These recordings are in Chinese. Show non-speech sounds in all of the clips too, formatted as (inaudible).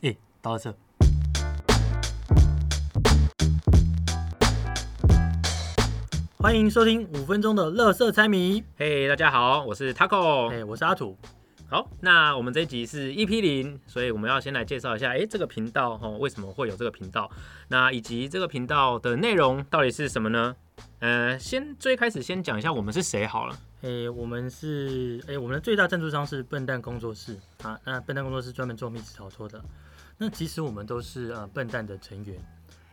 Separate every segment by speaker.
Speaker 1: 好，这欢迎收听五分钟的乐色猜谜。
Speaker 2: 嘿大家好，我是 Taco。
Speaker 1: 哎、我是阿土。
Speaker 2: 好，那我们这一集是 EP 零，所以我们要先来介绍一下，哎、这个频道哦，为什么会有这个频道？那以及这个频道的内容到底是什么呢？呃，先最开始先讲一下我们是谁好了。 (laughs)
Speaker 1: 哎、我们是哎、我们的最大赞助商是笨蛋工作室啊。那笨蛋工作室专门做密室逃脱的。那其实我们都是呃笨蛋的成员。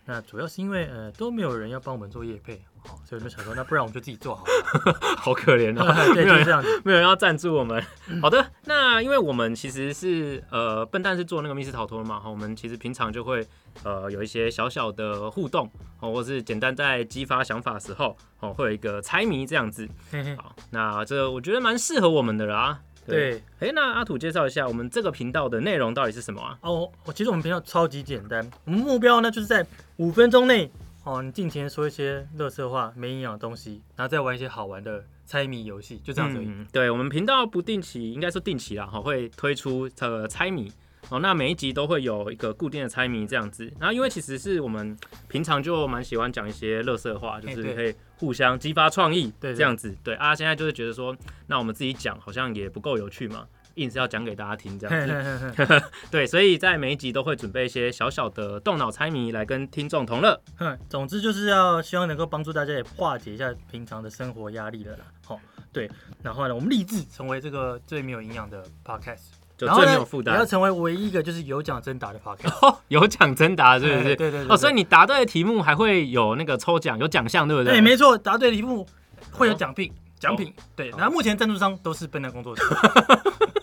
Speaker 1: 那主要是因为呃都没有人要帮我们做业配，好、所以我们想说，那不然我们就自己做好 (laughs) 了。
Speaker 2: 好可
Speaker 1: (laughs)
Speaker 2: 怜哦，
Speaker 1: 对，就
Speaker 2: 没有
Speaker 1: 是
Speaker 2: 人
Speaker 1: 这样子。
Speaker 2: 没有人要赞助我们。好的，那因为我们其实是呃笨蛋是做那个密室逃脱的嘛，哈，我们其实平常就会呃有一些小小的互动哦，或是简单在激发想法的时候哦，会有一个猜谜这样子。
Speaker 1: 嘿嘿，
Speaker 2: 好，那这我觉得蛮适合我们的啦。，
Speaker 1: 对。
Speaker 2: 哎、那阿土介绍一下我们这个频道的内容到底是什么啊？
Speaker 1: 哦，我其实我们频道超级简单，我们目标呢就是在五分钟内哦，你尽情说一些乐色话、没营养的东西，然后再玩一些好玩的猜谜游戏，就这样子而已。
Speaker 2: 嗯对我们频道不定期，应该说定期啦，哈，会推出呃猜谜。哦，那每一集都会有一个固定的猜谜这样子。然后，因为其实是我们平常就蛮喜欢讲一些乐色话，就
Speaker 1: 哎
Speaker 2: 是
Speaker 1: 对
Speaker 2: 可以互相激发创意，
Speaker 1: 对对
Speaker 2: 这样子。对啊，现在就是觉得说，那我们自己讲好像也不够有趣嘛，硬是要讲给大家听这
Speaker 1: (laughs)
Speaker 2: 样子。对，所以在每一集都会准备一些小小的动脑猜谜来跟听众同乐。
Speaker 1: 哼，总之就是要希望能够帮助大家也化解一下平常的生活压力了啦。好、对，然后呢，我们立志成为这个最没有营养的 podcast，
Speaker 2: 就
Speaker 1: 然后
Speaker 2: 最
Speaker 1: 呢
Speaker 2: 没有负
Speaker 1: 也要
Speaker 2: 担，
Speaker 1: 成为唯一一个就是有奖真答的 podcast，
Speaker 2: 哦有奖征答是不
Speaker 1: 哎对
Speaker 2: 是？
Speaker 1: 对对对
Speaker 2: 哦，所以你答对的题目还会有那个抽奖，有奖项， (laughs) 对不对？啊
Speaker 1: 哎对，
Speaker 2: 哦
Speaker 1: 没错，答对题目会有奖品，奖品、对。
Speaker 2: 好
Speaker 1: 然后目前赞助商都是笨蛋工作
Speaker 2: (laughs)
Speaker 1: 室，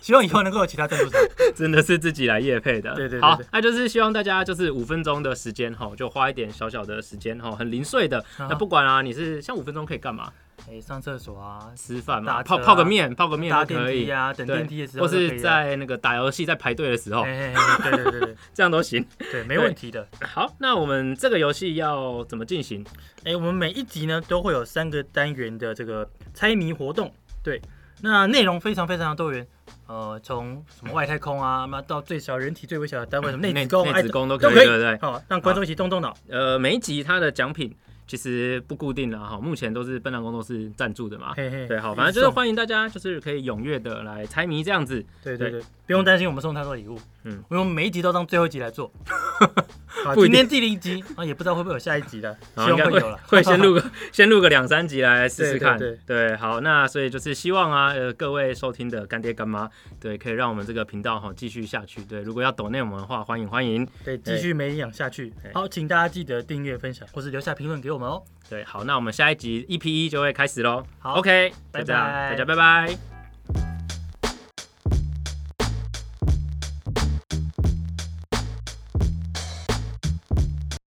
Speaker 1: 希望以后能够有其他赞助商。
Speaker 2: 真的是自己来夜配的。
Speaker 1: 对对对
Speaker 2: 好
Speaker 1: 对，
Speaker 2: 那就是希望大家就是五分钟的时间哈，就花一点小小的时间哈，很零碎的。
Speaker 1: 啊
Speaker 2: 那不管啊，你是像五分钟可以干嘛？
Speaker 1: 哎、上厕所啊，
Speaker 2: 吃饭
Speaker 1: 打
Speaker 2: 嘛，
Speaker 1: 车啊
Speaker 2: 泡泡个面，泡个面
Speaker 1: 搭
Speaker 2: 都
Speaker 1: 电
Speaker 2: 可以
Speaker 1: 梯。啊，等
Speaker 2: 对
Speaker 1: 电梯的时候
Speaker 2: 或
Speaker 1: 都可以啊，
Speaker 2: 是在那个打游戏在排队的时候，
Speaker 1: 哎、嘿嘿对对对对
Speaker 2: 这样都行。
Speaker 1: 对，对没问题的。
Speaker 2: 好，那我们这个游戏要怎么进行？
Speaker 1: 哎、我们每一集呢都会有三个单元的这个猜谜活动，对，那内容非常非常的多元，呃，从什么外太空啊，那到最小人体最微小的单位，什么内
Speaker 2: 内
Speaker 1: 子宫、
Speaker 2: 内
Speaker 1: 爱
Speaker 2: 子
Speaker 1: 子
Speaker 2: 宫都
Speaker 1: 都
Speaker 2: 可以，
Speaker 1: 可以
Speaker 2: 对不对？
Speaker 1: 好、让观众一起动动脑，
Speaker 2: 呃，每一集它的奖品其实不固定了哈，目前都是笨蛋工作室赞助的嘛。
Speaker 1: 嘿嘿，
Speaker 2: 啊对，好，
Speaker 1: 一直
Speaker 2: 反正就是
Speaker 1: 送
Speaker 2: 欢迎大家，就是可以踊跃的来猜谜这样子。
Speaker 1: 对对对，不用担心我们送太多礼物，嗯，
Speaker 2: 嗯
Speaker 1: 因为我们每一集都当最后一集来做。 (laughs) 好，
Speaker 2: 不一
Speaker 1: 今
Speaker 2: 定
Speaker 1: 天第零集啊，也不知道会不会有下一集的，希
Speaker 2: 然
Speaker 1: 望
Speaker 2: 后啊应该
Speaker 1: 会
Speaker 2: 会。
Speaker 1: 有了
Speaker 2: (laughs)
Speaker 1: (laughs)
Speaker 2: 会先录个先录个两三集来试试看。
Speaker 1: 对对
Speaker 2: 好，那所以就是希望啊，呃，各位收听的干爹干妈，对，可以让我们这个频道哈继续下去。对，如果要抖内我们的话，欢迎欢迎。
Speaker 1: 对，继续没营养下去
Speaker 2: 哎。
Speaker 1: 好，请大家记得订阅、分享，或是留下评论给我们哦。
Speaker 2: E 对，好，那我们下一集 EP 一就会开始喽。
Speaker 1: 好
Speaker 2: o k
Speaker 1: 拜拜
Speaker 2: 大家拜拜。